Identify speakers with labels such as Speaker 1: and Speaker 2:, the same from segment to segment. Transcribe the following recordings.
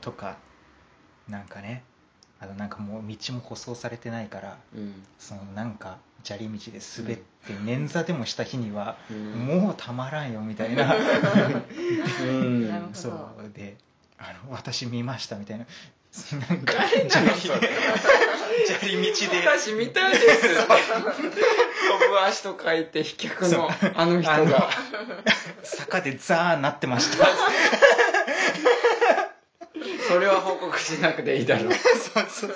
Speaker 1: とかなんかねあとなんかもう道も舗装されてないから
Speaker 2: うん
Speaker 1: そのなんか砂利道で滑って捻挫でもした日には
Speaker 2: うん
Speaker 1: もうたまらんよみたいな
Speaker 2: うん
Speaker 3: なるほど
Speaker 1: そうであの私見ましたみたいななんか砂
Speaker 2: なん
Speaker 1: 利
Speaker 2: かそれ
Speaker 1: 砂利道で
Speaker 2: 私見たいですって飛ぶ足と書いて飛脚のあの人
Speaker 1: あの
Speaker 2: が
Speaker 1: 坂でザーなってました
Speaker 2: それは報告しなくていいだろう
Speaker 1: そうそう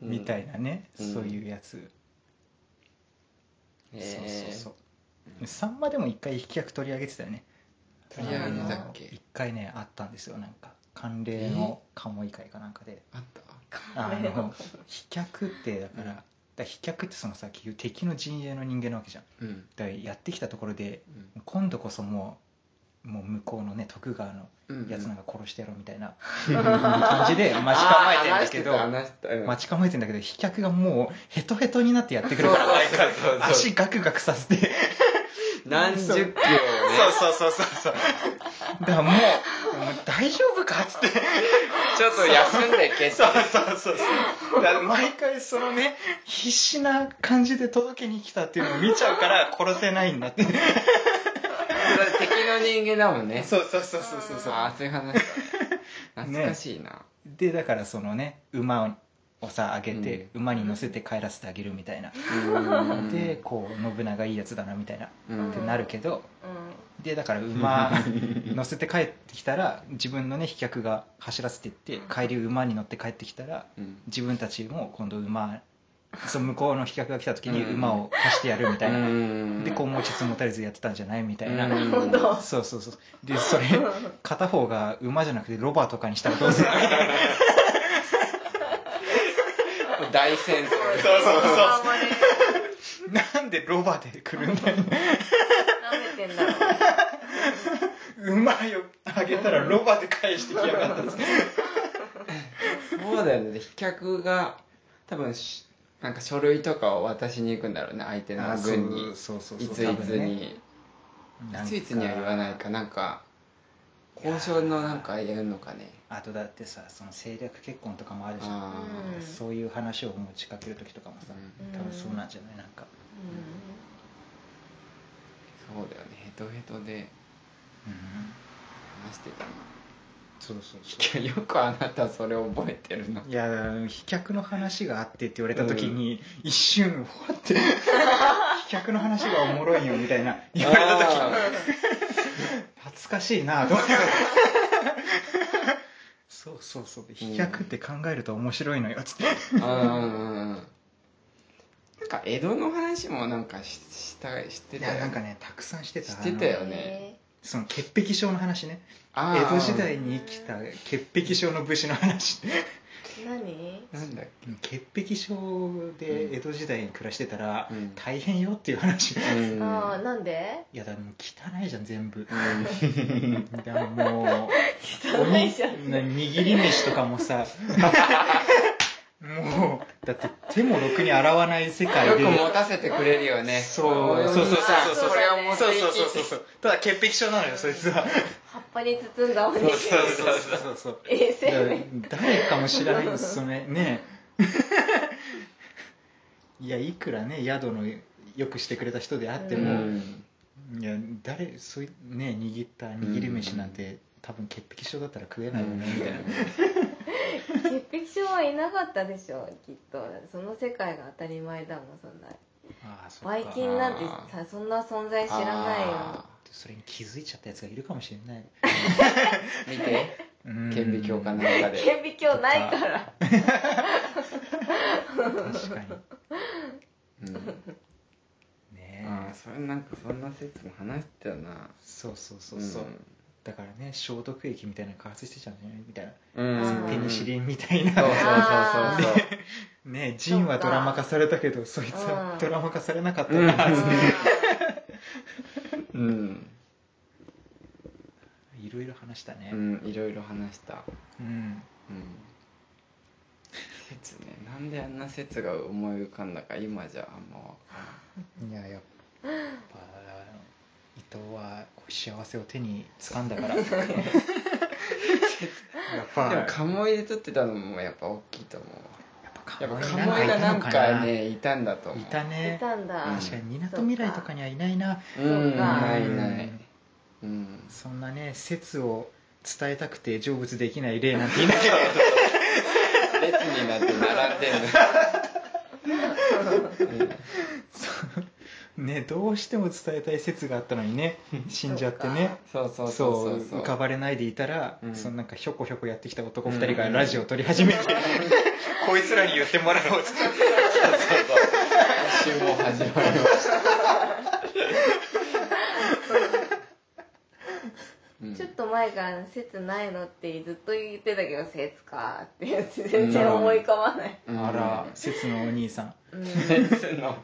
Speaker 1: みた
Speaker 2: い
Speaker 1: いなね、
Speaker 2: うん
Speaker 1: そういうやつ、そうそうそううサンマでも一回飛脚取り上げてたよね
Speaker 2: 取
Speaker 3: り上げた
Speaker 2: っけ
Speaker 1: あの一回ねあったんですよなんか関連の鴨以会かなんかで、
Speaker 2: あった
Speaker 1: あ
Speaker 3: 関連の
Speaker 1: の飛脚ってだから,、
Speaker 2: うん
Speaker 1: だから飛脚ってそのさ結局敵の陣営の人間なわけじゃん
Speaker 2: うん
Speaker 1: だからやってきたところで
Speaker 2: うん
Speaker 1: 今度こそもうもう向こうのね徳川の
Speaker 2: うん
Speaker 1: やつなんか殺してやろうみたいな感 じで待ち構えてんだけど
Speaker 2: あー話してた話してたうん
Speaker 1: 待ち構えてんだけど飛脚がもうヘトヘトになってやってくるから
Speaker 2: そうそうそうそう
Speaker 1: 足ガクガクさせて
Speaker 2: 何十キロをね
Speaker 1: そうそうそうそうだからもうもう大丈夫かっつって
Speaker 2: ちょっと休んでけって
Speaker 1: そうそうそうだから毎回そのね必死な感じで届けに来たっていうのを見ちゃうから殺せないんだって
Speaker 2: 敵の人間だもんね
Speaker 1: そうそうそうそうそうそう
Speaker 2: ああそういう話だね懐かしいな
Speaker 1: でだからそのね馬をさあげて、馬に乗せて帰らせてあげるみたいな、
Speaker 2: うん
Speaker 1: でこう信長いいやつだなみたいな、
Speaker 2: うん
Speaker 1: ってなるけど
Speaker 3: うん
Speaker 1: でだから馬乗せて帰ってきたら自分のね飛脚が走らせていって帰り馬に乗って帰ってきたら
Speaker 2: うん
Speaker 1: 自分たちも今度馬その向こうの飛脚が来た時に
Speaker 2: うん
Speaker 1: 馬を貸してやるみたいな、
Speaker 2: うん
Speaker 1: でこう持ちつ持たれずやってたんじゃないみたいな、
Speaker 2: うん
Speaker 3: なるほど
Speaker 1: そうそうそうでそれ片方が馬じゃなくてロバとかにしたらどうする
Speaker 2: 大戦争
Speaker 1: そうそうそう
Speaker 3: あんまり
Speaker 1: なんでロバで来るんだよ
Speaker 3: 舐めてんだろう
Speaker 1: 馬よあげたらロバで返してきやがったんです
Speaker 2: そうだよね飛脚が多分しなんか書類とかを渡しに行くんだろうね相手の軍に
Speaker 1: そうそう
Speaker 2: いついつにいついつには言わないかなんか交渉のなんかやるのかね
Speaker 1: あとだってさその政略結婚とかもあるじゃん
Speaker 2: あ
Speaker 3: うん
Speaker 1: そういう話を持ちかける時とかもさ
Speaker 2: うん
Speaker 1: 多分そうなんじゃないなんか
Speaker 3: う
Speaker 2: そうだよねヘトヘトで話してたな
Speaker 1: そうそうそ
Speaker 2: いやよくあなたそれ覚えてるない
Speaker 1: や飛脚の話があってって言われた時に、一瞬ほって飛脚の話がおもろいよみたいな言われた時
Speaker 2: あ
Speaker 1: 恥ずかしいなと思ってそうそうそう飛脚って考えると面白いのよつって
Speaker 2: ーうんうんうんなんか江戸の話もなんかししたして
Speaker 1: い
Speaker 2: たよ
Speaker 1: や
Speaker 2: ね
Speaker 1: なんかねたくさんしてた
Speaker 2: してたよ
Speaker 1: あの
Speaker 3: ん
Speaker 2: ね
Speaker 1: その潔癖症の話ね
Speaker 2: あ
Speaker 1: 江
Speaker 2: ー
Speaker 1: 戸時代に生きた潔癖症の武士の話
Speaker 3: えー何
Speaker 2: なんだっ
Speaker 1: 潔癖症で江戸時代に暮らしてたら
Speaker 2: うん
Speaker 1: 大変よっていう話、
Speaker 2: けうん
Speaker 3: ああなんで
Speaker 1: いやだってもう汚いじゃん全 部
Speaker 2: う
Speaker 1: だからもう
Speaker 3: 汚いじゃん
Speaker 1: おにね握り飯とかもさ もうだって手もろくに洗わない世
Speaker 2: ん
Speaker 1: 界
Speaker 2: よ
Speaker 1: で
Speaker 2: く持たせてくれるよね
Speaker 1: そうそうそうそうそうそう
Speaker 2: これはもう
Speaker 1: そうそうそうそうそうただ潔癖症なのよそいつは
Speaker 3: 葉っぱに包んだお
Speaker 1: そう
Speaker 3: 肉
Speaker 1: そうそうそうそう
Speaker 3: 衛生面
Speaker 1: 誰かも知らないですそれね いやいくらね宿のよくしてくれた人であって
Speaker 2: う
Speaker 1: も、
Speaker 2: ん
Speaker 1: いや誰そういね握った握り飯なんて、多分潔癖症だったら食えないよね、みたいな
Speaker 3: 潔癖症はいなかったでしょきっとその世界が当たり前だもんそんな
Speaker 1: ああそ
Speaker 3: ば
Speaker 1: っ
Speaker 3: い
Speaker 1: か
Speaker 3: 菌なんてさそんな存在知らないよ
Speaker 2: あ
Speaker 1: それに気づいちゃったやつがいるかもしれない
Speaker 2: ー見て
Speaker 1: うん
Speaker 2: 顕微鏡かなんかで
Speaker 3: 顕微鏡ないから
Speaker 1: 確かに
Speaker 2: うん
Speaker 1: ね
Speaker 2: ああそれなんかそんな説も話してたな
Speaker 1: そうそうそうそう、だからね消毒液みたいなの加圧してちゃうんじゃないみたいな、
Speaker 2: うん
Speaker 3: うん
Speaker 1: ペニシリンみたいな
Speaker 2: そうそうそうそう
Speaker 1: ねジンはドラマ化されたけどそいつはドラマ化されなかった
Speaker 2: うん
Speaker 1: な、
Speaker 2: そううん
Speaker 1: いろいろ話したね
Speaker 2: うんいろいろ話した
Speaker 1: うん
Speaker 2: うん説ねなんであんな説が思い浮かんだか今じゃあんま分かんない
Speaker 1: いややっぱ伊藤はこう幸せを手に掴んだ からやっぱ
Speaker 2: でもカモイで撮ってたのもやっぱ大きいと思うやっぱカモ
Speaker 1: 鴨
Speaker 2: イ
Speaker 1: 居
Speaker 2: が
Speaker 1: な
Speaker 2: なん
Speaker 1: んかいたのか
Speaker 2: か
Speaker 1: な
Speaker 2: ねいたんだと思う
Speaker 1: いた
Speaker 3: い
Speaker 1: ね
Speaker 3: たんだ、
Speaker 2: うん
Speaker 1: 確かに港未来とかにはいないな
Speaker 2: うん
Speaker 3: そう
Speaker 2: い
Speaker 3: か
Speaker 2: ないいないうん
Speaker 1: そんなね説を伝えたくて成仏できない例なんて いないけど
Speaker 2: 列になって並んでんのうん
Speaker 1: そうねどうしても伝えたい説があったのにね死んじゃってね
Speaker 2: そうそ
Speaker 1: そう
Speaker 2: うそうそう
Speaker 1: 浮かばれないでいたら、
Speaker 2: うん
Speaker 1: そのなんかひょこひょこやってきた男2人がラジオを撮り始め て、こいつらに言ってもらおうっつって
Speaker 2: そうそうそう今週も始まりました、うん
Speaker 3: ちょっと前から「説ないの?」ってずっと言ってたけど「説か」って言って全然思い浮かばない、
Speaker 2: うん
Speaker 1: あら説のお兄さん
Speaker 3: うん
Speaker 2: 別の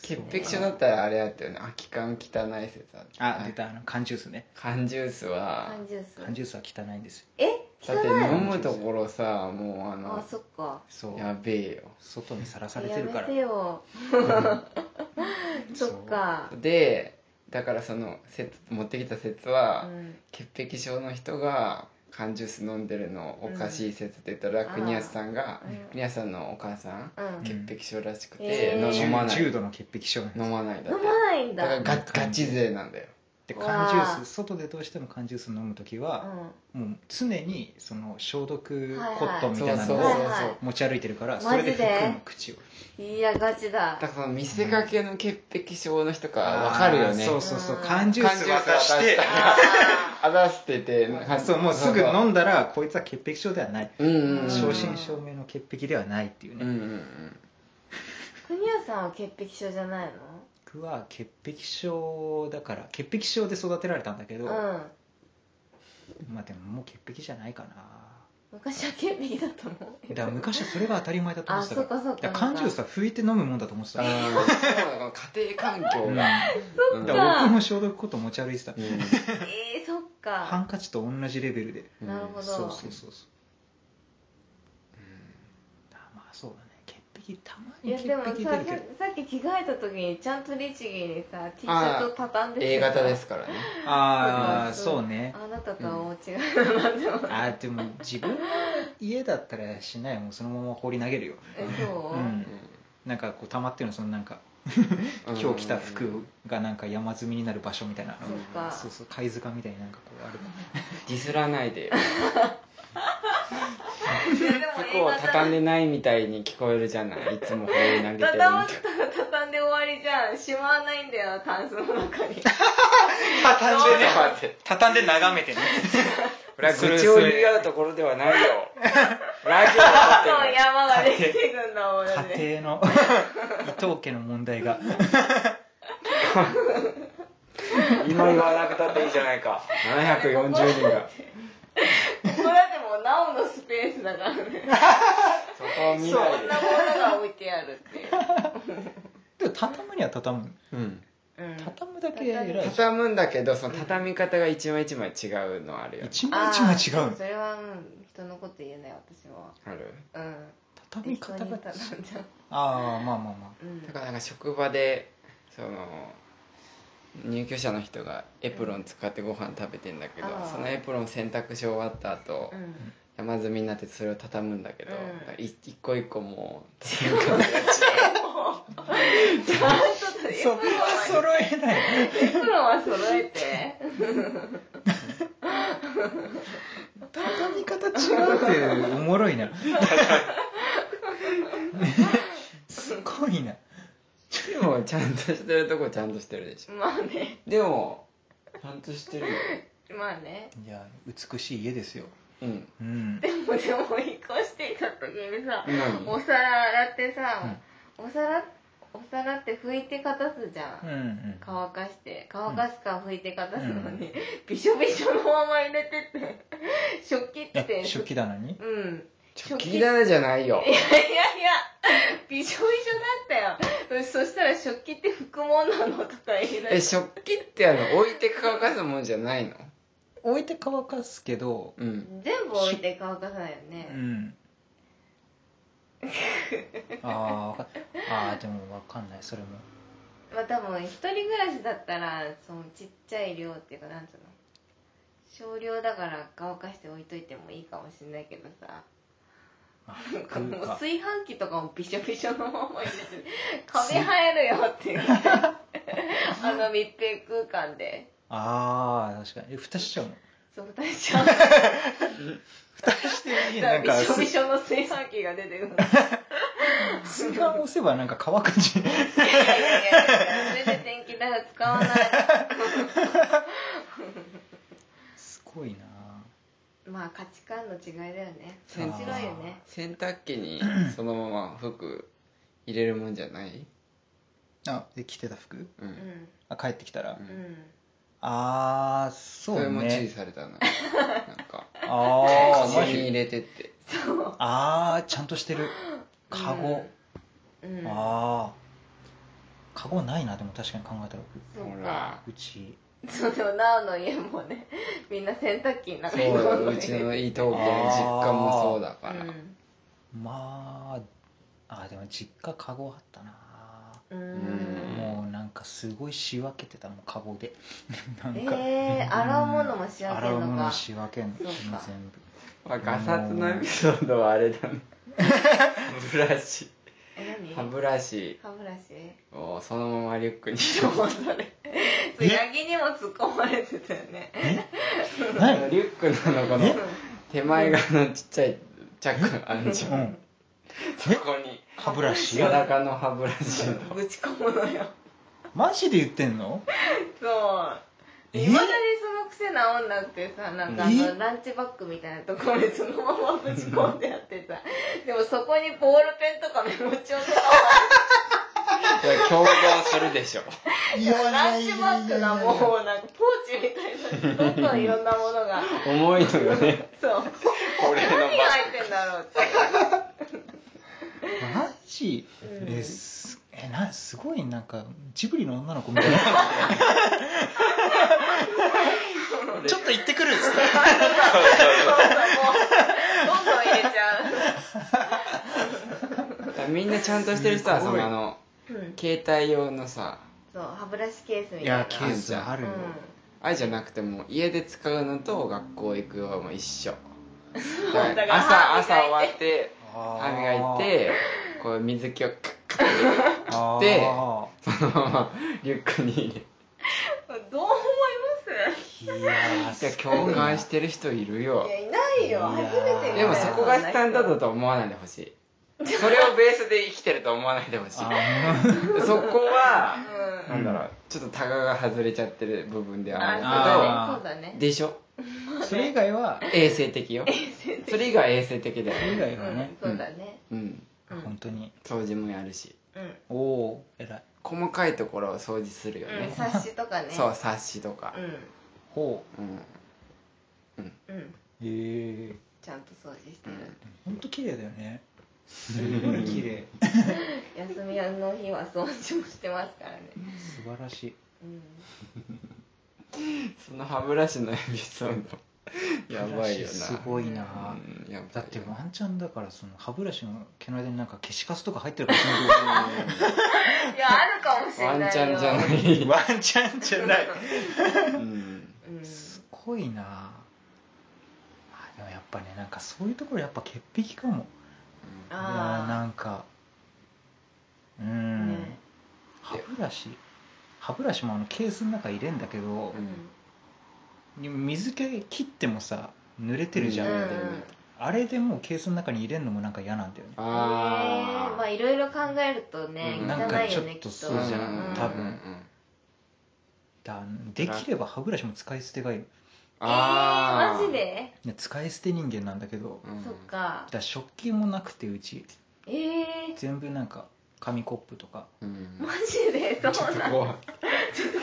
Speaker 2: 潔癖症だったらあれあったよね空き缶汚い説あった
Speaker 1: あ出たあの缶ジュースね
Speaker 2: 缶ジュースは
Speaker 3: 缶ジュース
Speaker 1: 缶ジュースは汚いんですよ
Speaker 3: え
Speaker 2: だ
Speaker 3: 汚
Speaker 2: って
Speaker 3: い
Speaker 2: 飲むところさもうあ
Speaker 3: あ
Speaker 2: の
Speaker 3: そっか
Speaker 1: そう
Speaker 2: やべえよ
Speaker 1: 外にさらされて
Speaker 3: や
Speaker 1: るか
Speaker 3: め
Speaker 1: ら
Speaker 3: てよそっか
Speaker 2: でだからその説持ってきた説は、
Speaker 3: うん
Speaker 2: 潔癖症の人が缶ジュース飲んでるのおかしい説って言ったら、
Speaker 3: うん
Speaker 2: 国安さんが
Speaker 3: うん
Speaker 2: 国安さんのお母さん、
Speaker 3: うん
Speaker 2: 潔癖症らしくて、
Speaker 3: へー
Speaker 2: の飲まない
Speaker 1: 重度の潔癖症なんです
Speaker 2: 飲まないだ
Speaker 3: 飲
Speaker 2: って
Speaker 3: まないん
Speaker 2: だ
Speaker 3: だ
Speaker 2: からガガチ勢なんだよ
Speaker 1: で缶ジュ
Speaker 3: わ
Speaker 1: ー
Speaker 3: あ
Speaker 1: ス外でどうしても缶ジュース飲む時
Speaker 3: う
Speaker 1: は、
Speaker 3: ん
Speaker 1: もう常にその消毒
Speaker 3: はいはい
Speaker 1: コットンみ
Speaker 2: そう
Speaker 1: た
Speaker 2: そ
Speaker 1: いうなの
Speaker 2: そう
Speaker 1: を
Speaker 2: そう、
Speaker 3: はいはい
Speaker 1: 持ち歩いてるからそ
Speaker 3: マ
Speaker 1: れ
Speaker 3: ジで
Speaker 1: で服の口を
Speaker 3: いやガチだ
Speaker 2: だからその見せかけの潔癖症の人かわかるよね
Speaker 1: あーそうそうそう
Speaker 3: うん
Speaker 1: 缶ジュース渡して
Speaker 3: あ
Speaker 2: あざすってて
Speaker 1: あそうもうすぐ飲んだらこいつは潔癖症ではない
Speaker 2: うんうんうん
Speaker 1: 正真正銘の潔癖ではないっていう
Speaker 2: うんう
Speaker 1: ね
Speaker 2: んうん
Speaker 3: ー国谷さんは潔癖症じゃないの
Speaker 1: 僕は潔癖症だから潔癖症で育てられたんだけ
Speaker 3: う
Speaker 1: ど
Speaker 3: ん
Speaker 1: まあでももう潔癖じゃないかな
Speaker 3: 昔は潔癖だと思う
Speaker 1: だから昔はそれが当たり前だと思
Speaker 3: あ
Speaker 1: ってた
Speaker 3: そ
Speaker 1: か
Speaker 3: っ
Speaker 1: ら
Speaker 3: かそっ
Speaker 1: だ
Speaker 3: か
Speaker 1: から缶ジュースは拭いて飲むもんだと思ってた
Speaker 2: あ
Speaker 1: から
Speaker 2: ーそうなの家庭環境が、
Speaker 1: う
Speaker 2: うんん
Speaker 1: だから僕も消毒コットン持ち歩いてた
Speaker 2: うん
Speaker 3: えー、そっ
Speaker 1: ハ
Speaker 3: か
Speaker 1: ンカチと同じレベルで
Speaker 2: うん
Speaker 3: なるほど
Speaker 1: そうそうそうそうあまあそうだね潔癖たま
Speaker 3: い
Speaker 1: に
Speaker 3: や
Speaker 1: 潔
Speaker 3: でもさ
Speaker 1: 癖
Speaker 3: さ
Speaker 1: 出るけど
Speaker 3: さっき着替えた時にちゃんと律儀にさ T シャツを畳んで
Speaker 2: A 型ですからね
Speaker 1: ああ
Speaker 3: そう
Speaker 1: そうね
Speaker 3: あなたとは大違いだなでも
Speaker 1: あーでも自分の家だったらしないもうそのまま放り投げるよ
Speaker 3: えそう、
Speaker 1: うんなんかこう溜まってるのそのなんか
Speaker 2: うん
Speaker 1: 今日着た服がなんか山積みになる場所みたいな
Speaker 3: そっか
Speaker 1: そうそう貝塚みたいになんかこうある
Speaker 2: ディスらないで
Speaker 3: い
Speaker 2: よ
Speaker 3: やでも
Speaker 2: 服
Speaker 3: A
Speaker 2: を
Speaker 3: 型
Speaker 2: 畳んでないみたいに聞こえるじゃないいつも放り投げてるみた
Speaker 3: 畳むった
Speaker 2: い
Speaker 3: ら畳んで終わりじゃんしまわないんだよタンスの中に
Speaker 1: 畳
Speaker 2: んでね
Speaker 1: 畳んで眺めて ね
Speaker 2: これは愚痴を言い合うところではないよラジオだ
Speaker 3: どんどん
Speaker 2: って
Speaker 3: 山ができてくんだもんだって
Speaker 1: 家庭の伊藤家の問題が
Speaker 2: 今言わなくたっていいじゃないか740人が
Speaker 3: ここだってもうなおのスペースだからね
Speaker 2: そこを見ない
Speaker 3: そんなものが置いてあるっていう、
Speaker 1: でも畳むには畳む
Speaker 2: で、うん、
Speaker 3: うん、
Speaker 1: 畳むだけ偉いじゃん
Speaker 2: 畳むんだけどその畳み方が一枚一枚違うのあるよね
Speaker 1: 一枚一枚違う
Speaker 3: あーそれはうん人のこと言えない私は
Speaker 2: ある
Speaker 3: うん
Speaker 1: 畳み
Speaker 3: 適当に
Speaker 1: 方
Speaker 3: 畳
Speaker 1: が
Speaker 3: んじゃう
Speaker 1: ああまあまあま
Speaker 3: うん
Speaker 2: だからなんか職場でその入居者の人がエプロン使ってご飯食べてんだけど、
Speaker 3: あー
Speaker 2: そのエプロン洗濯し終わった後、
Speaker 3: うん
Speaker 2: 山積みになっててそれを畳むんだけど、
Speaker 3: うん
Speaker 2: だからい一個一個もう畳み方が違
Speaker 3: ちゃんと
Speaker 1: あ
Speaker 3: エプロンは
Speaker 1: 揃えない
Speaker 3: エプロンは揃えて
Speaker 1: 畳み方違うっておもろいな すごいな
Speaker 2: うでもちゃんとしてるとこちゃんとしてるでしょ
Speaker 3: まあね
Speaker 2: でもちゃんとしてる よ
Speaker 3: まあね
Speaker 1: いや美しい家ですよ
Speaker 2: うん
Speaker 1: うん
Speaker 3: でもでも引っ越していた時にさ
Speaker 2: 何
Speaker 3: お皿洗ってさ、お皿お皿って拭いて片すじゃん、
Speaker 1: うんうん
Speaker 3: 乾かして乾かすか拭いて片すのに、 びしょびしょのまま入れてて 食器っ
Speaker 1: いや
Speaker 3: て
Speaker 1: 食器棚に
Speaker 3: うん
Speaker 2: 食器棚じゃないよ
Speaker 3: いやいやいやびしょびしょだったよそしたら食器って拭くもんなのとか言い出
Speaker 2: え
Speaker 3: して
Speaker 2: 食器ってあの置いて乾かすもんじゃないの
Speaker 1: 置いて乾かすけど
Speaker 2: うん
Speaker 3: 全部置いて乾かさないよ
Speaker 1: う
Speaker 3: ね、
Speaker 1: んあーわかあーでもわかんないそれも
Speaker 3: まあ多分一人暮らしだったらそのちっちゃい量っていうかなんつうの少量だから乾かして置いといてもいいかもしれないけどさ
Speaker 1: あ
Speaker 3: なんかもう
Speaker 1: と い
Speaker 3: 炊
Speaker 1: うか
Speaker 3: 飯器とかもびしょびしょのまま入れてカビ生えるよっていうあの密閉空間で
Speaker 1: あー確かにえ蓋しちゃうの
Speaker 3: そう蓋しちゃう
Speaker 1: 蓋していい
Speaker 3: だ
Speaker 1: なん
Speaker 3: か
Speaker 1: か
Speaker 3: び
Speaker 1: ら
Speaker 3: しょび
Speaker 1: す
Speaker 3: しょの炊飯器が出てくる
Speaker 1: 砂を押せばなんか乾くんじゃない
Speaker 3: いやいやいやいやそれで電気代を使わない
Speaker 1: すごいな
Speaker 3: まあ価値観の違いだよね
Speaker 2: そう
Speaker 3: 面白いよね
Speaker 2: 洗濯機にそのまま服入れるもんじゃない
Speaker 1: あで着てた服
Speaker 2: う
Speaker 3: うん
Speaker 2: ん
Speaker 1: あ帰ってきたら、
Speaker 2: うん
Speaker 3: うん
Speaker 1: ああ
Speaker 2: そ
Speaker 1: そう
Speaker 2: れも注意
Speaker 1: ね
Speaker 2: さ れたななんか
Speaker 1: ああ
Speaker 2: カゴ
Speaker 1: マ
Speaker 2: に入
Speaker 1: ジ
Speaker 2: れてって
Speaker 3: そう
Speaker 1: ああちゃんとしてるカゴ、
Speaker 3: うん
Speaker 1: ああカゴないなでも確かに考えたら
Speaker 3: そう
Speaker 2: ほ
Speaker 3: から
Speaker 1: うち
Speaker 3: そうでもなおの家もねみんな洗濯機の中
Speaker 2: そ
Speaker 3: に入れ
Speaker 2: う
Speaker 3: て
Speaker 2: だ
Speaker 3: る
Speaker 2: うちの伊東家の実家もそうだから、
Speaker 3: うん
Speaker 1: まああーでも実家カゴあったな
Speaker 3: う
Speaker 2: うん
Speaker 3: ん
Speaker 1: もうなんかすごい仕分けてたもんカゴで なんか
Speaker 3: えー洗うものも仕分け
Speaker 1: 洗
Speaker 3: る
Speaker 1: うも
Speaker 3: の
Speaker 1: のも
Speaker 3: か
Speaker 1: 仕分けんの
Speaker 3: そうか
Speaker 1: 全部
Speaker 2: まあ、ガサツのエピソードはあれだ ね歯ブラシ
Speaker 3: え
Speaker 2: 歯
Speaker 3: 何
Speaker 2: ブラシ
Speaker 3: 歯ブラシ
Speaker 2: をそのままリュックに
Speaker 3: そうそれそれヤギにも突っ込まれてたよね
Speaker 1: 何
Speaker 2: リュックのこの手前側のちっちゃいチャ ックあんじゃ
Speaker 1: うんん
Speaker 2: そこに
Speaker 1: 歯ブラシ
Speaker 2: 裸の歯ブラシ の
Speaker 3: ぶち込むのよ
Speaker 1: マジで言ってんの
Speaker 3: そう
Speaker 1: え
Speaker 3: いまだにその癖治んなくてさなんかあ
Speaker 1: え
Speaker 3: のランチバッグみたいなところにそのままぶち込んでやってさでもそこにボールペンとかメモ帳とか
Speaker 2: 共存するでしょ
Speaker 1: い
Speaker 3: ランチバッグがもうなんかポーチみたいなどんどんいろんなものが
Speaker 2: 重いのよね
Speaker 3: そう
Speaker 2: 俺の
Speaker 3: 何が
Speaker 2: バッグ
Speaker 3: 入ってんだろうって
Speaker 1: マジ
Speaker 3: うん
Speaker 1: えすえなすごいなんかジブリの女の子みたいなちょっと行ってくるっつって
Speaker 3: そうそうもうどんどん入れちゃ
Speaker 2: みんなちゃんとしてる人は
Speaker 1: す
Speaker 2: そ
Speaker 1: ごい
Speaker 2: のあの
Speaker 3: ううん
Speaker 2: 携帯用のさ
Speaker 3: そう歯ブラシケースみたいない
Speaker 1: やケースあ
Speaker 3: う
Speaker 1: るよ、
Speaker 2: あれじゃなくても家で使うのと学校行くよも一緒
Speaker 3: ん
Speaker 2: だか
Speaker 3: だからら
Speaker 2: 朝
Speaker 3: 歯磨いて
Speaker 2: 朝終わ
Speaker 1: あ
Speaker 2: って歯
Speaker 1: ー
Speaker 2: 磨いてこう水気をカッカッ
Speaker 1: あー
Speaker 2: でそのままリュックに入れて
Speaker 3: どう思います
Speaker 1: いやー
Speaker 2: いや
Speaker 1: すごいな
Speaker 2: 共感してる人いるよ
Speaker 3: いやいないよ初めて見たよ
Speaker 2: でもそこがスタンダードと思わないでほしいそれをベースで生きてると思わないでほしい
Speaker 1: あー
Speaker 2: そこは
Speaker 3: うん
Speaker 2: なんだろうちょっとタガが外れちゃってる部分ではあ
Speaker 1: あ
Speaker 3: あそうだ
Speaker 2: る
Speaker 3: ね
Speaker 2: けどでしょ
Speaker 1: もうそれ以外は
Speaker 2: 衛生的よそれ以外は衛生的だ
Speaker 1: それ
Speaker 2: よ
Speaker 1: 以
Speaker 2: ね
Speaker 1: 外はね、
Speaker 3: そうだね
Speaker 2: うん
Speaker 3: うん
Speaker 1: 本当に
Speaker 2: 掃除もやるし
Speaker 3: うん、うん
Speaker 1: おおー偉い
Speaker 2: 細かいところを掃除するよね、
Speaker 3: 冊子とかね
Speaker 2: そう冊子とか
Speaker 3: う
Speaker 1: ほ
Speaker 2: うん
Speaker 3: んうん
Speaker 1: うへえ
Speaker 3: ちゃんと掃除して
Speaker 2: う
Speaker 3: る、
Speaker 2: ん
Speaker 1: ほんと綺麗だよねすごい綺麗
Speaker 3: 休みの日は掃除もしてますからね
Speaker 1: 素晴らしい
Speaker 3: うん
Speaker 2: その歯ブラシのエピソードやばいよな
Speaker 1: すごいなー、
Speaker 2: うんやばいよ
Speaker 1: だってワンチャンだからその歯ブラシの毛の間になんか消しカスとか入ってるかもしれない
Speaker 3: いやあるかもしれな
Speaker 2: ワ
Speaker 3: いよ
Speaker 2: ンちゃんじゃな
Speaker 1: け
Speaker 2: い
Speaker 1: ど ワンチャンじゃない
Speaker 2: うん
Speaker 3: うん
Speaker 1: すごいなああでもやっぱねなんかそういうところやっぱ潔癖かもいや
Speaker 3: あー
Speaker 1: なんかうーん、
Speaker 3: ね
Speaker 1: 歯ブラシ歯ブラシもあのケースの中入れんだけど
Speaker 2: う、ん
Speaker 1: 水気切ってもさ濡れてるじゃん、
Speaker 2: うん
Speaker 3: うん
Speaker 1: あれでもうケースの中に入れんのもなんか嫌なんだよね
Speaker 3: えー、まあ
Speaker 2: あ
Speaker 3: いろいろ考えるとね、
Speaker 2: うん
Speaker 3: 汚
Speaker 1: なんか
Speaker 3: い
Speaker 1: ちょ
Speaker 3: よ
Speaker 1: っ
Speaker 3: ねき
Speaker 1: と
Speaker 3: っ
Speaker 1: そ
Speaker 3: と
Speaker 1: うじゃん
Speaker 3: う
Speaker 1: 多分だできれば歯ブラシも使い捨てがいい
Speaker 3: えー、
Speaker 2: あ
Speaker 3: マ
Speaker 2: ー
Speaker 3: ジで、
Speaker 1: いや使い捨て人間なんだけど
Speaker 2: うん
Speaker 3: そっか
Speaker 1: だから食器もなくてうち
Speaker 3: えー、
Speaker 1: 全部なんか紙コップとか
Speaker 2: うん
Speaker 3: マジで
Speaker 2: ちょ
Speaker 3: そう
Speaker 2: っと
Speaker 3: なの
Speaker 2: 怖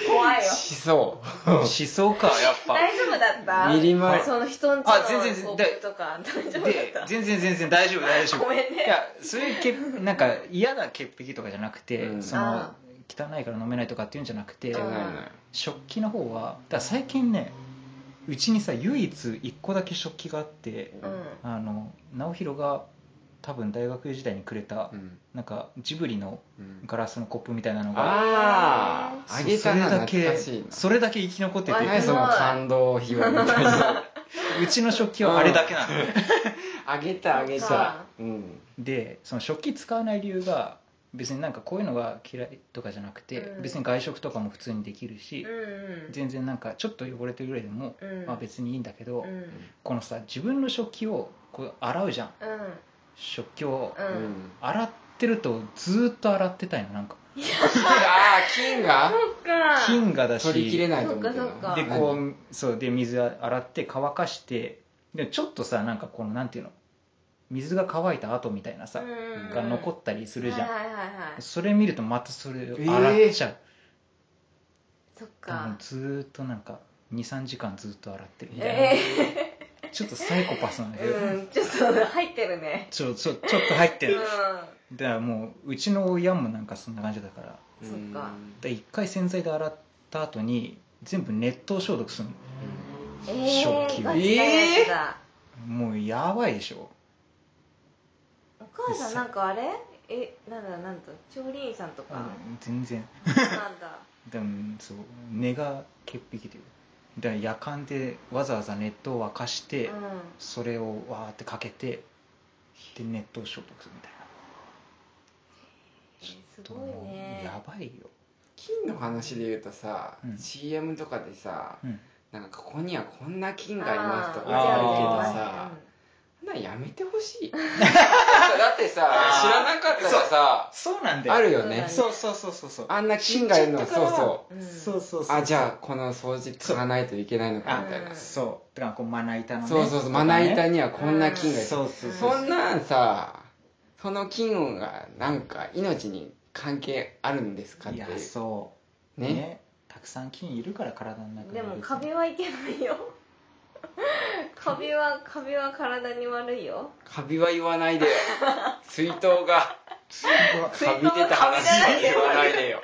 Speaker 3: 怖
Speaker 2: い
Speaker 3: いよ
Speaker 2: しそ
Speaker 1: 思想かやっぱ
Speaker 3: 大丈夫だった
Speaker 2: ミリマル
Speaker 3: その人んちの
Speaker 1: あ全然
Speaker 3: コッ
Speaker 1: だ
Speaker 3: プとか大丈夫だ
Speaker 1: で
Speaker 3: った
Speaker 1: 全然全然大丈夫大丈夫
Speaker 3: ごめん
Speaker 1: い
Speaker 3: ね
Speaker 1: やそういう潔なんか嫌な潔癖とかじゃなくて、
Speaker 2: うん
Speaker 1: その
Speaker 3: あ
Speaker 1: 汚いから飲めないとかっていうんじゃなくて、
Speaker 2: うじゃ
Speaker 3: ん
Speaker 2: ない
Speaker 1: 食器の方はだから最近ねうちにさ唯一1個だけ食器があって
Speaker 3: うん
Speaker 1: あの直弘が多分大学時代にくれた、
Speaker 2: うん
Speaker 1: なんかジブリの
Speaker 2: うん
Speaker 1: ガラスのコップみたいなのが
Speaker 2: あああ
Speaker 1: そう
Speaker 2: げたな
Speaker 1: それだ
Speaker 2: 懐
Speaker 1: け
Speaker 2: かしいな
Speaker 1: それだけ生き残ってて
Speaker 3: あ
Speaker 2: 何その感動秘話みたいな
Speaker 1: うちの食器はあれだけなの
Speaker 2: あげたあげたうん
Speaker 1: でその食器使わない理由が別になんかこういうのが嫌いとかじゃなくて、
Speaker 3: うん
Speaker 1: 別に外食とかも普通にできるし
Speaker 3: う、ん
Speaker 1: 全然なんかちょっと汚れてるぐらいでも、
Speaker 3: うんうん
Speaker 1: まあ、別にいいんだけど、
Speaker 3: うん
Speaker 1: このさ自分の食器をこう洗うじゃん
Speaker 3: うん
Speaker 1: 食器を、
Speaker 3: う
Speaker 2: うんん
Speaker 1: 洗ってるとずーっと洗ってたいのなんか
Speaker 2: ああ金が
Speaker 3: そっか
Speaker 1: 菌がだし
Speaker 2: 取り切れないと思うけ
Speaker 3: そっかそっ
Speaker 2: ど
Speaker 3: か
Speaker 1: でこうそうで水洗って乾かしてでちょっとさなんかこのなんていうの水が乾いた後みたいなさ、
Speaker 3: うん
Speaker 1: が残ったりするじゃん、
Speaker 3: はいはいはいはい
Speaker 1: それ見るとまたそれを洗っちゃう、
Speaker 3: そっ
Speaker 1: もう
Speaker 3: か
Speaker 1: ずーっとなんか23時間ずっと洗ってるみたいな
Speaker 3: え
Speaker 1: ちょっとサイコパスなんだけど、
Speaker 3: ー、うんちょっと入ってるね
Speaker 1: ちょちょちょっと入って
Speaker 3: うん
Speaker 1: るだからもううちの親もなんかそんな感じだからだか
Speaker 3: そっか
Speaker 1: ら一回洗剤で洗った後に全部熱湯消毒する
Speaker 3: え
Speaker 1: 食
Speaker 3: ー、
Speaker 1: 器
Speaker 3: ガチなやつだ、
Speaker 1: のもうやばいでしょ
Speaker 3: お母さんなんかあれえなんだなんだ調理員さんとか、
Speaker 1: 全然
Speaker 3: なんだ
Speaker 1: でもそう根が潔癖というだから夜間でわざわざ熱湯沸かし
Speaker 3: う
Speaker 1: て、
Speaker 3: ん
Speaker 1: それをわーってかけてで熱湯消毒するみたいな
Speaker 3: すごいね
Speaker 1: やばいよ、
Speaker 2: 金の話で言うとさ、
Speaker 1: うん
Speaker 2: CM とかでさ
Speaker 1: うん
Speaker 2: なんかここにはこんな金が
Speaker 3: あ
Speaker 2: いますとか
Speaker 1: あー
Speaker 2: 言うけど
Speaker 1: あ
Speaker 2: さそんなんやめてほしい だってさ知らなかったらさ
Speaker 1: そうなんだよ
Speaker 2: あるよね
Speaker 1: そうそうそうそうそう
Speaker 2: あんな金がいるのは
Speaker 1: 知っちゃっ
Speaker 2: そう
Speaker 1: たから
Speaker 2: そう
Speaker 3: うん、
Speaker 1: そうそうそう
Speaker 2: あじゃあこの掃除機使わないといけないのかみたいな
Speaker 3: あ
Speaker 1: そうだからこうまな板のね
Speaker 2: そうそうそうまな板
Speaker 1: に
Speaker 2: にはこんな金がいる
Speaker 1: そうそうそう
Speaker 2: そんなんさその金がなんか命に関係あるんですかっ
Speaker 1: い
Speaker 2: ていう
Speaker 1: やそうね
Speaker 2: ね
Speaker 1: たくさん菌いるから体の中に
Speaker 3: でも
Speaker 1: 別に
Speaker 3: カビはいけないよカビはカビは体に悪いよ
Speaker 2: カビは言わない でよ水筒が
Speaker 3: 水筒
Speaker 2: カビ出た話は言わないでよ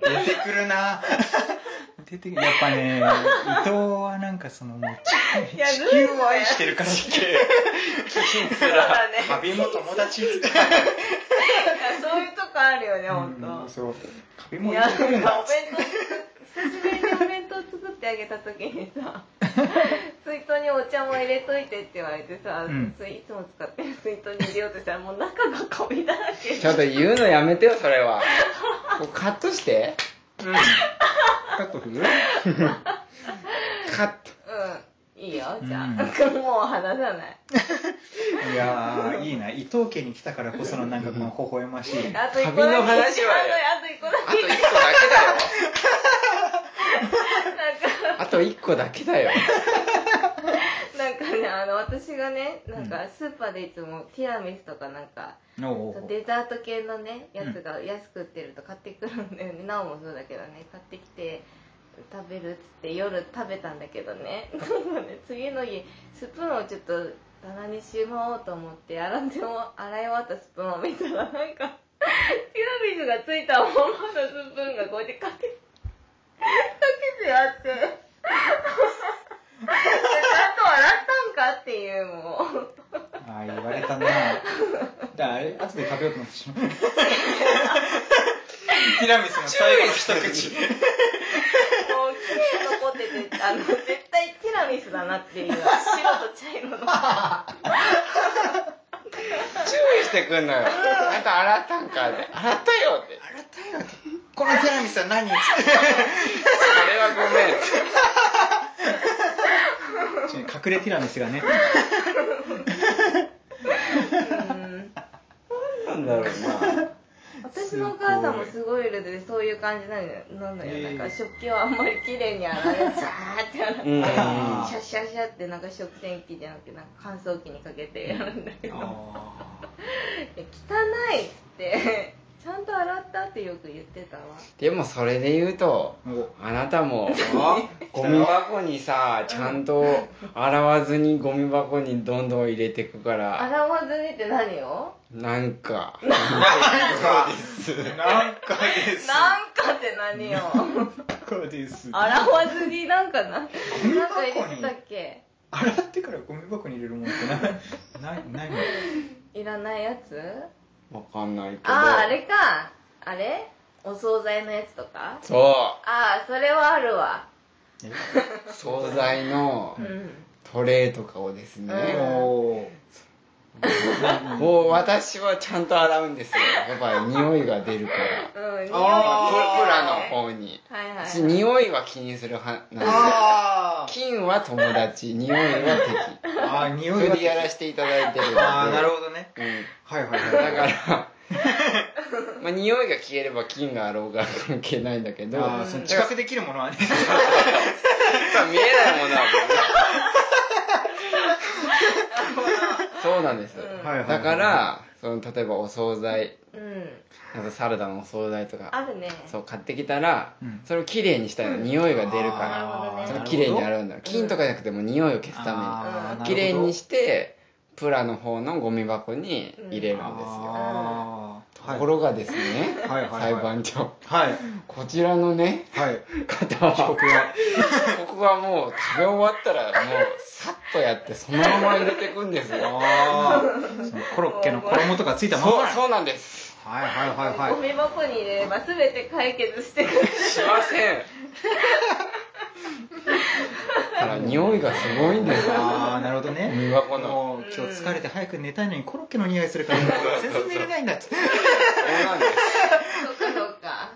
Speaker 1: 出てくるな 出てくるやっぱね伊藤はなんかそのもう
Speaker 3: いや
Speaker 1: 地球を愛してるから
Speaker 3: そうだね
Speaker 1: カビも友達
Speaker 3: いやそういうとこあるよね本当、
Speaker 1: うんそうカビも
Speaker 3: い
Speaker 1: い
Speaker 3: やなん
Speaker 1: て
Speaker 3: かお
Speaker 1: くる
Speaker 3: 弁
Speaker 1: ん
Speaker 3: 当
Speaker 1: だ
Speaker 3: 作っ久しぶりにお弁当作ってあげた時に さ水筒にお茶も入れといてって言われてさ、
Speaker 1: うん
Speaker 3: 水いつも使ってる水筒に入れようとしたらもう中がカビだらけ
Speaker 2: ちょっと言うのやめてよそれ はこうカットして
Speaker 1: カットする
Speaker 2: カット
Speaker 3: うんいいよじゃあ、
Speaker 1: うん
Speaker 3: もう話さない
Speaker 1: いやーいいな伊藤家に来たからこそのなんかこの微笑ましい
Speaker 3: あと一個
Speaker 2: カビ
Speaker 3: だけ
Speaker 2: の話はよ
Speaker 3: あとあと一個だ
Speaker 2: あと1個だけ
Speaker 3: けなんか
Speaker 2: だよあと1個だけだよ
Speaker 3: なんかねあの私がねなんかスーパーでいつもティラミスとかなんか、
Speaker 1: おうおう
Speaker 3: デザート系のねやつが安く売ってると買ってくるんだよね、なおもそうだけどね買ってきて食べるっつって夜食べたんだけどね なんかね次の日スプーンをちょっと棚にしまおうと思って洗っても洗い終わったスプーンを見たらなんかティラミスがついたままのスプーンがこうやってかけかけてあって でちゃんと洗ったんかっていうもう。
Speaker 1: ああ言われたなだからあれ後で食べようと思ってしまうティラミスの最後の一口
Speaker 3: もう綺麗に残っててあの絶対ティラミスだなっていう白と茶色の
Speaker 2: 注意してくんのよあと洗ったんかって洗ったよって
Speaker 1: 洗ったよこのティラミスは何ち
Speaker 2: それはごめんって
Speaker 1: ょ隠れティラミスがね
Speaker 3: うん
Speaker 2: なんだろうな
Speaker 3: 私のお母さんもすごいルールでそういう感じなのよなんだよ、
Speaker 1: へえ
Speaker 3: なんか食器をあんまり綺麗に洗うザーって洗って、
Speaker 2: うん
Speaker 1: あ
Speaker 3: シャッシャッシャッってなんか食洗機じゃなくてなんか乾燥機にかけてやるんだけど「いや
Speaker 1: あ
Speaker 3: 汚い」っつってちゃんと洗ったってよく言ってたわ
Speaker 2: でもそれで言うと
Speaker 1: ーお
Speaker 2: あなたもゴミ箱にさちゃんと洗わずにゴミ箱にどんどん入れてくから
Speaker 3: 洗わずにって何を
Speaker 2: なんか
Speaker 1: なんかです
Speaker 3: なんかって何よ
Speaker 1: なんかです
Speaker 3: 洗わずになんかななんか入れてたっけ
Speaker 1: 洗ってからゴミ箱に入れるものってないないないの
Speaker 3: いらないやつ
Speaker 2: わかんないけど
Speaker 3: あああれかあれお惣菜のやつとか
Speaker 2: そ
Speaker 3: ああそれはあるわ
Speaker 2: う惣菜の
Speaker 3: うん
Speaker 2: トレーとかをです
Speaker 1: え
Speaker 2: ね、
Speaker 1: おー
Speaker 2: もう私はちゃんと洗うんですよやっぱり匂いが出るから
Speaker 3: うん匂いね
Speaker 2: あプラの方に
Speaker 3: はいはい、
Speaker 2: 私匂いは気にする派なんで
Speaker 1: あー
Speaker 2: 金は友達匂いは
Speaker 1: あー
Speaker 2: 敵
Speaker 1: 匂
Speaker 2: そ
Speaker 1: い
Speaker 2: れ
Speaker 1: が
Speaker 2: でやらせていただいてるんで
Speaker 1: ああなるほどね
Speaker 2: うん
Speaker 1: はいはいはい
Speaker 2: だから、 まあ、匂いが消えれば菌があろうが関係ないんだけど、
Speaker 1: あーその知覚できるものはね
Speaker 2: まあ見えないもの は見えないそうなんです。
Speaker 3: うん
Speaker 1: はいはい
Speaker 2: だから、その例えばお惣菜、
Speaker 3: うん
Speaker 2: なんかサラダのお惣菜とか、
Speaker 3: あるね
Speaker 2: そう買ってきたら、
Speaker 1: うん
Speaker 2: それをきれいにしたいの、匂いが出
Speaker 3: な
Speaker 2: る
Speaker 3: る
Speaker 2: か
Speaker 3: ほどね
Speaker 1: あー
Speaker 2: ら、そ
Speaker 3: ど
Speaker 2: れをきれいに
Speaker 1: なる
Speaker 2: 洗うんだよ。菌とかじゃなくてもう匂いを消す
Speaker 1: ほど
Speaker 2: た
Speaker 1: あー
Speaker 3: うん
Speaker 1: なるほ
Speaker 2: め
Speaker 1: ど
Speaker 2: に、きれいにして、プラの方のゴミ箱に入れるんですよ。
Speaker 1: あー
Speaker 2: ところがですね、
Speaker 1: はいはいはい
Speaker 2: 裁判長、
Speaker 1: はい
Speaker 2: こちらのね、
Speaker 1: はい
Speaker 2: 方
Speaker 1: 被
Speaker 2: は
Speaker 1: 告は
Speaker 2: ここはもう食べ終わったらもうさっとやってそのまま入れていくんです よ
Speaker 1: ああそのコロッケの衣とかつい
Speaker 2: そ
Speaker 1: たまんま
Speaker 2: う
Speaker 1: なの
Speaker 2: そうなんです
Speaker 1: はいはいはい
Speaker 3: ゴ
Speaker 1: はい
Speaker 3: ミ箱に入れれば全て解決してくれる
Speaker 2: しません だから匂いがすごいんですよ
Speaker 1: ああなるほどね
Speaker 2: ゴミ箱の
Speaker 1: もう今日疲れて早く寝たいのにコロッケの匂いするからもう全然寝れないんだって
Speaker 2: そうなんです
Speaker 3: そうかそうか
Speaker 1: あ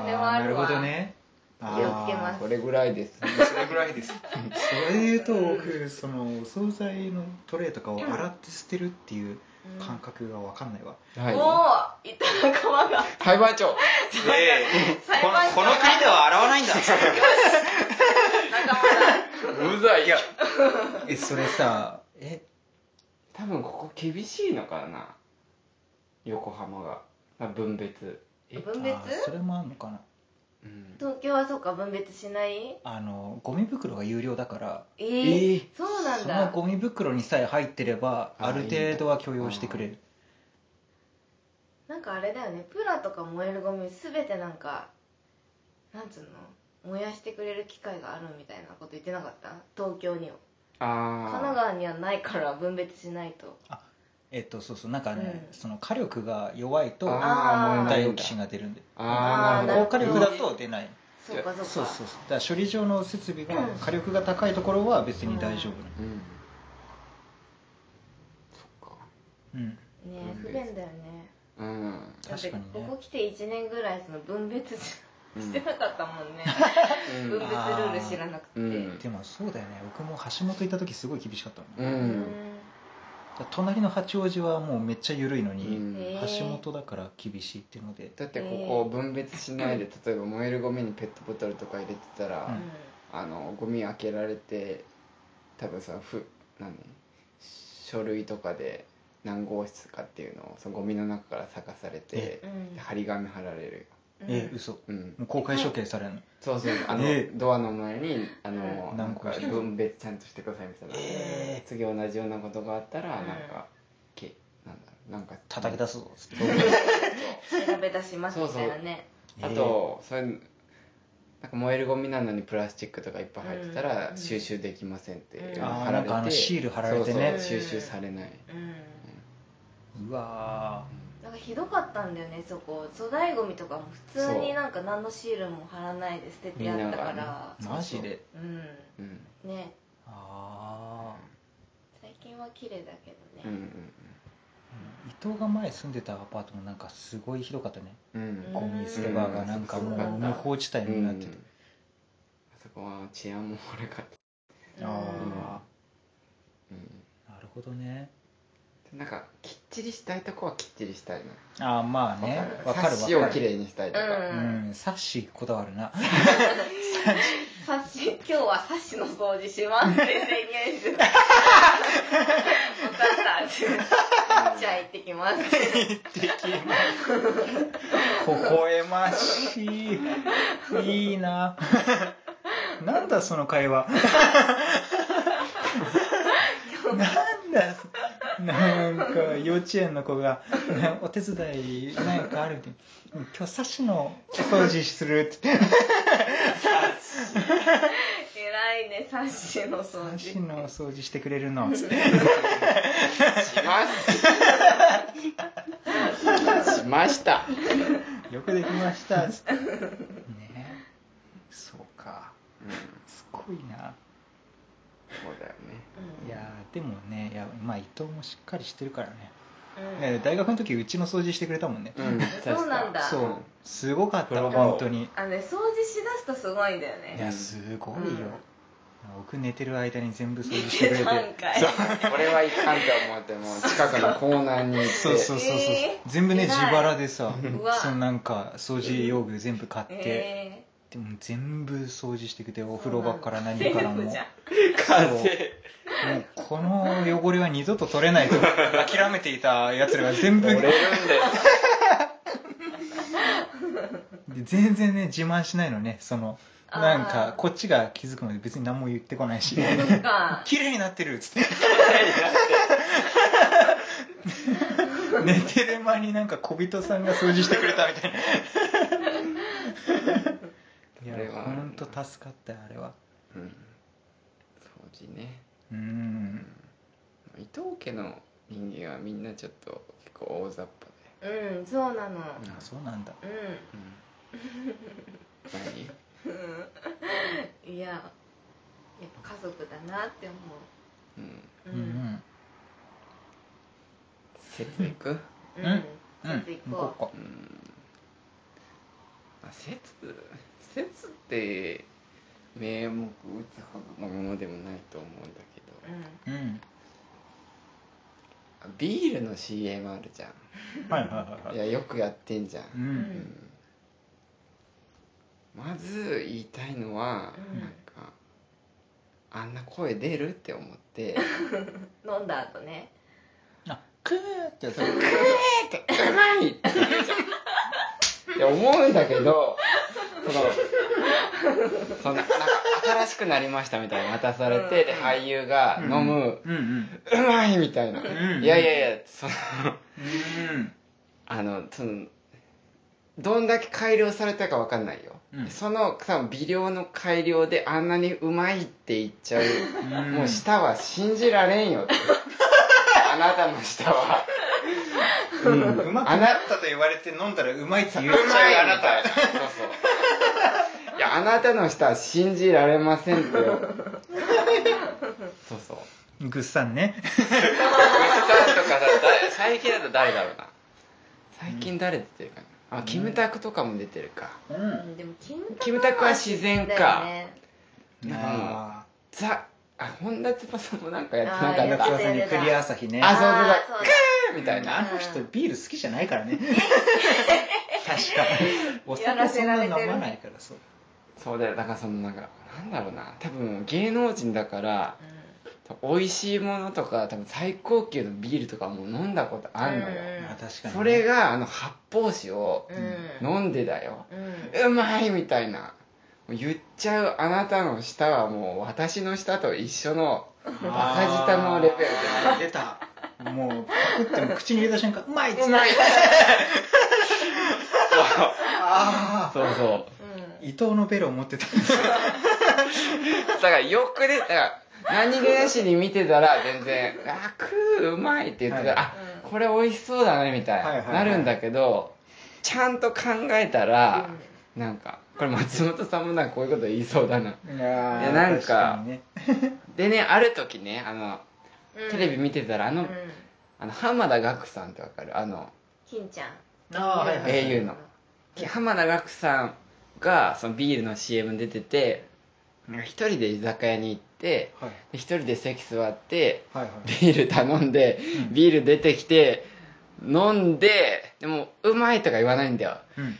Speaker 3: それはあ
Speaker 1: ーなる
Speaker 3: る
Speaker 1: ほ
Speaker 3: わ
Speaker 1: どね気
Speaker 3: 気をつけます
Speaker 2: これぐらいです
Speaker 1: それぐらいですそれで言うと僕そのお惣菜のトレーとかを洗って捨てるっていう感覚が分かんないわ、
Speaker 2: はい
Speaker 3: もういた仲間が
Speaker 2: 裁判長
Speaker 3: 裁判所
Speaker 1: では洗わないんだ
Speaker 3: 仲間だ
Speaker 2: うざいや
Speaker 1: えそれさ
Speaker 2: え多分ここ厳しいのかな横浜がまあ分別え
Speaker 3: 分別
Speaker 1: あーそれもあんのかな
Speaker 2: うん
Speaker 3: 東京はそうか分別しない
Speaker 1: あのゴミ袋が有料だから
Speaker 3: え
Speaker 2: え
Speaker 3: ー、
Speaker 2: ー
Speaker 3: そうなん
Speaker 1: その
Speaker 3: だ
Speaker 1: ゴミ袋にさえ入ってれば
Speaker 2: あー
Speaker 1: ある程度は許容してくれ
Speaker 2: い
Speaker 1: る
Speaker 3: なんかあれだよねプラとか燃えるゴミすべてなんかなんつうの燃やしてくれる機会があるみたいなこと言ってなかった東京には
Speaker 2: あ
Speaker 3: 神
Speaker 2: あ
Speaker 3: 奈川にはないから分別しないと
Speaker 1: えっとそうそうなんかね、
Speaker 3: うん
Speaker 1: その火力が弱いと
Speaker 2: あー
Speaker 1: 問題
Speaker 2: 燃えない
Speaker 1: オ
Speaker 2: んだ
Speaker 1: キシンが出るんで
Speaker 2: あーなる
Speaker 1: 高
Speaker 2: ほど
Speaker 1: 火力だと出ない
Speaker 3: そうかそうか
Speaker 1: そうそうそうだから処理場の設備が火力が高いところは別に大丈夫なの
Speaker 2: うんそっか
Speaker 1: うん
Speaker 3: ねえ
Speaker 2: 分
Speaker 3: 不
Speaker 2: 別
Speaker 3: 便だよね
Speaker 2: うん
Speaker 3: だって
Speaker 1: 確かに
Speaker 3: こ
Speaker 1: ね
Speaker 3: こ来て1年ぐらいその分別し
Speaker 2: うん
Speaker 3: してなかったもんね分別ルール知らなくてう
Speaker 2: う
Speaker 3: ん
Speaker 2: ん
Speaker 1: でもそうだよね僕も橋本いた時すごい厳しかったもんね
Speaker 2: う
Speaker 3: うんん
Speaker 1: だから隣の八王子はもうめっちゃ緩いの
Speaker 2: う
Speaker 1: に、
Speaker 2: ん
Speaker 3: えー
Speaker 1: 橋本だから厳しいっていうので
Speaker 2: だってここを分別しないで例えば燃えるゴミにペットボトルとか入れてたら、
Speaker 1: うん
Speaker 2: あのゴミ開けられて多分さふ何書類とかで何号室かっていうのをそのゴミの中から探されて
Speaker 3: う、ん
Speaker 2: 張り紙貼られるよ
Speaker 3: うん
Speaker 1: え嘘
Speaker 2: うん
Speaker 1: もう公開処刑されるの、
Speaker 2: そうそうあの、
Speaker 1: ええ
Speaker 2: ドアの前にあの、
Speaker 1: うん
Speaker 2: なんか分別ちゃんとしてくださいみたいな、
Speaker 1: え
Speaker 2: 次同じようなことがあったら、
Speaker 3: うん
Speaker 2: なんかけなんだろうなんか
Speaker 1: 叩き出すぞっつって、
Speaker 3: 調べ出しますみたいなね
Speaker 2: あとそういうなんか燃えるゴミなのにプラスチックとかいっぱい入ってたら、
Speaker 3: うん
Speaker 2: 収集できませんって、
Speaker 3: うん
Speaker 1: あーなんかあのシール貼られてね
Speaker 2: そうそう収集されない、
Speaker 3: うん
Speaker 1: うわ
Speaker 3: なんかひどかったんだよねそこ粗大ゴミとかも普通になんか何のシールも貼らないで捨ててあったか
Speaker 2: みんな
Speaker 3: ら
Speaker 2: が
Speaker 1: ーマジで
Speaker 3: う
Speaker 2: うんうん
Speaker 3: んね
Speaker 1: あ
Speaker 3: 最近は綺麗だけど
Speaker 2: う
Speaker 3: ね、
Speaker 2: ん
Speaker 1: あ伊藤が前住んでたアパートもなんかすごいひどかったね
Speaker 2: うん
Speaker 3: うん
Speaker 1: ゴミ捨て場がなんかもう無法地帯
Speaker 2: う
Speaker 1: になってて、
Speaker 2: んあそこは治安も悪かった、
Speaker 3: うん
Speaker 1: あ
Speaker 2: うん
Speaker 1: あなるほどね
Speaker 2: なんかきっちりしたいとこはきっちりしたいな
Speaker 1: ああまあねわか
Speaker 2: サ
Speaker 1: る
Speaker 2: ッ
Speaker 1: わ
Speaker 2: シを
Speaker 1: か
Speaker 2: き
Speaker 1: る
Speaker 2: れいにしたいとか、
Speaker 3: う
Speaker 1: うんサッシーこだわるな
Speaker 3: サッシ今日はサッシの掃除しますって宣言してたお母さんじゃあ行ってき ます
Speaker 1: 微笑ましいいいななんだその会話なんだなんか幼稚園の子が「お手伝いなんかある?」って「今日サッシのお掃除する」って
Speaker 3: 偉いいね三子の掃除
Speaker 1: 三振のお掃除してくれるのつって
Speaker 2: しますしました
Speaker 1: よくできましたつっ てねそうか
Speaker 2: うん
Speaker 1: すごいな
Speaker 2: そうだよね
Speaker 3: うん
Speaker 1: いやーでもねいや、まあ、伊藤もしっかりしてるからね
Speaker 3: うん
Speaker 1: ね大学の時うちの掃除してくれたもんね、
Speaker 2: うん
Speaker 3: そうなんだ
Speaker 1: そうすごかった
Speaker 2: プロ
Speaker 1: 本当に
Speaker 3: あのね掃除しだすとすごいんだよ
Speaker 1: い
Speaker 3: ね
Speaker 1: やすごいよ、
Speaker 3: うん
Speaker 1: 僕寝てる間に全部掃除してくれ
Speaker 3: 3
Speaker 1: て
Speaker 3: 回
Speaker 2: これはいかんと思ってもう近くのコーナーに行って
Speaker 1: そうそうそうそう、
Speaker 3: えー
Speaker 1: 全部ね
Speaker 3: 偉い
Speaker 1: 自腹でさ
Speaker 3: うわ
Speaker 1: そのなんか掃除用具全部買って、
Speaker 3: え
Speaker 1: でも全部掃除してくれて
Speaker 3: ー
Speaker 1: お風呂場から何
Speaker 3: そう
Speaker 1: か
Speaker 3: な
Speaker 1: ら
Speaker 3: ん
Speaker 1: も
Speaker 3: だ
Speaker 1: も
Speaker 3: セ
Speaker 1: う
Speaker 3: ルフじゃん
Speaker 2: 風
Speaker 1: この汚れは二度と取れないと諦めていたやつらが全部
Speaker 2: 折れるんだよ
Speaker 1: で全然ね自慢しないのねその
Speaker 3: あー
Speaker 1: なんかこっちが気づくまで別に何も言ってこないし
Speaker 3: そっ か
Speaker 1: 綺麗になってるっつって寝てる間になんか小人さんが掃除してくれたみたいな
Speaker 2: あ
Speaker 1: い
Speaker 2: れ
Speaker 1: や
Speaker 2: は
Speaker 1: ほんと助かったよあれは
Speaker 2: うん掃除ね
Speaker 1: うん
Speaker 2: 伊藤家の人間はみんなちょっと結構大雑把で
Speaker 3: うんそうなの
Speaker 1: あそうなんだ
Speaker 3: う
Speaker 2: 何
Speaker 3: んいややっぱ家族だなって思
Speaker 2: うん
Speaker 3: うう
Speaker 1: う
Speaker 3: ん
Speaker 1: うん
Speaker 2: 節いく
Speaker 3: うん
Speaker 1: うん
Speaker 3: ちょっと行こ
Speaker 1: こ
Speaker 2: うんまあ節節って名目打つほどのものでもないと思うんだけ
Speaker 3: うう
Speaker 2: ど
Speaker 3: ん
Speaker 1: ううん
Speaker 2: あビールの CM あるじゃ
Speaker 1: はいはいは
Speaker 2: ん
Speaker 1: いはい
Speaker 2: いやよくやってんじゃん
Speaker 1: う
Speaker 2: うんんまず言いたいのは、
Speaker 3: うん
Speaker 2: なんかあんな声出るって思 って
Speaker 3: 飲んだ後ね
Speaker 1: あクーってやつ
Speaker 2: 「えー!」って「うまい!」って言うじゃんいや思うんだけどそのそんななんか新しくなりましたみたいな渡されて、で俳優が飲む
Speaker 1: うんうん
Speaker 2: 「うまい!」みたいな、
Speaker 1: うん
Speaker 2: いやいやいやその
Speaker 1: うん
Speaker 2: あのそのどんだけ改良されたかわかんないよ、
Speaker 1: うん
Speaker 2: その多分微量の改良であんなにうまいって言っちゃう、
Speaker 1: ん
Speaker 2: もう舌は信じられんよってあなたの舌は
Speaker 1: うんうまくなったと言われて飲んだらうまいって言っちゃうあなた
Speaker 2: そうそういやあなたの舌は信じられませんってよそうそう
Speaker 1: ぐっさんね
Speaker 2: ウエスタンとかさ誰最近だと誰だろうな最近誰出てるかな、あキムタクとかも出てるか、
Speaker 1: う
Speaker 3: うんでもキムタク
Speaker 2: キムタクは自然か
Speaker 3: だよね
Speaker 1: んあ
Speaker 2: ザあ本田翼さんもなんかやって
Speaker 1: あ
Speaker 2: な
Speaker 1: 中
Speaker 2: か
Speaker 1: 田
Speaker 2: った
Speaker 1: 翼にクリア朝日ね
Speaker 2: あ
Speaker 1: あ
Speaker 2: そうそう
Speaker 3: あー
Speaker 2: そ
Speaker 3: そう
Speaker 2: う
Speaker 3: だ
Speaker 2: みたいな、
Speaker 1: の人ビール好きじゃないからね確かお
Speaker 3: やら
Speaker 1: 酒そ
Speaker 3: せ
Speaker 1: ん
Speaker 3: ら
Speaker 1: な
Speaker 3: れ
Speaker 1: 飲
Speaker 3: てる
Speaker 1: まないからそう
Speaker 2: そうだよだからそのなんかなんだろうな多分芸能人だから
Speaker 3: う
Speaker 2: 美味しいものとか多分最高級のビールとかも飲んだことあんのよ、
Speaker 3: うん
Speaker 1: まあ確かに
Speaker 2: それがあの発泡酒を
Speaker 3: ん
Speaker 2: 飲んでだよ、
Speaker 3: うんうん
Speaker 2: うまいみたいなもう言っちゃうあなたの舌はもう私の舌と一緒のバカ舌のレベルで
Speaker 1: あー出たもうパクっても口に入れた瞬間うまいっつっ
Speaker 2: う
Speaker 1: て
Speaker 2: まい
Speaker 1: あ
Speaker 2: そうそうそう
Speaker 3: うん
Speaker 1: ー伊藤のベロを持ってた
Speaker 2: だからよくでだから何気なしに見てたら全然「あ食ううまい」って言ってたら「
Speaker 1: は
Speaker 2: あこれ美味しそうだね」みたい
Speaker 1: はいはい
Speaker 2: な
Speaker 1: はい
Speaker 2: なるんだけどちゃんと考えたらなんかこれ松本さんもなんかこういうこと言いそうだない
Speaker 1: や
Speaker 2: いやなんか
Speaker 1: ね
Speaker 2: でねある時ねあのテレビ見てたらあ
Speaker 3: う
Speaker 2: の
Speaker 3: んうん
Speaker 2: あの浜田岳さんってわかるあの
Speaker 3: 金ちゃん
Speaker 1: あーはいはい
Speaker 2: 英雄の浜田岳さんがそのビールの CM 出ててなんか一人で居酒屋に行って
Speaker 1: はい
Speaker 2: で一人で席座って
Speaker 1: はいはい
Speaker 2: ビール頼んで、
Speaker 1: うん
Speaker 2: ビール出てきて、飲んで、でも、うまいとか言わないんだよ。
Speaker 1: うん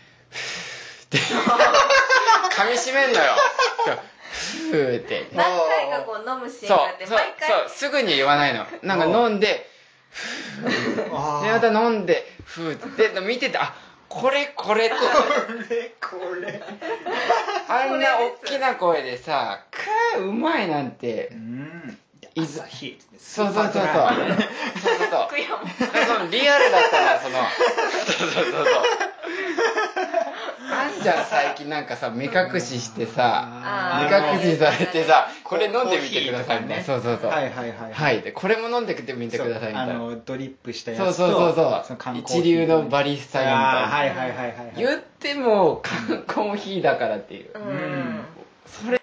Speaker 2: 噛み締めんのよ。ふーって。
Speaker 3: 何回かこう飲むシー
Speaker 2: そう
Speaker 3: ンがあっ、て
Speaker 2: そう
Speaker 3: 毎、
Speaker 2: そう、すぐに言わないの。なんか飲んで、
Speaker 1: あ
Speaker 2: で、また飲んで、ふーって。で見てて、あ、これこれって。
Speaker 1: れこれ
Speaker 2: あんな大きな声でさ、くーうまいなんて
Speaker 1: う。ん
Speaker 2: い
Speaker 1: 朝日
Speaker 2: そうそうそうそう。そうそうそう。
Speaker 3: 回悔やむ
Speaker 2: そのリアルだったらそのそうそうそうそうあんじゃん最近なんかさ目隠ししてさ
Speaker 3: あ
Speaker 2: 目
Speaker 3: ー
Speaker 2: 隠しされてさこれ飲んでみてくださいみたいな
Speaker 1: ね
Speaker 2: そうそうそう
Speaker 1: はいはいはい
Speaker 2: はいでこれも飲んでみてくださ
Speaker 1: そう
Speaker 2: いみた
Speaker 1: あ
Speaker 2: いな
Speaker 1: のドリップしたやつ
Speaker 2: そう
Speaker 1: と
Speaker 2: そうそう
Speaker 1: そ
Speaker 2: そ
Speaker 1: の缶
Speaker 2: う
Speaker 1: コー
Speaker 2: 一
Speaker 1: ヒー
Speaker 2: 流のバリスタよみ
Speaker 1: あー
Speaker 2: たいな
Speaker 1: はいはいはいはいはい
Speaker 2: 言っても缶コーヒーだからっていう
Speaker 3: うん
Speaker 1: ん
Speaker 2: それ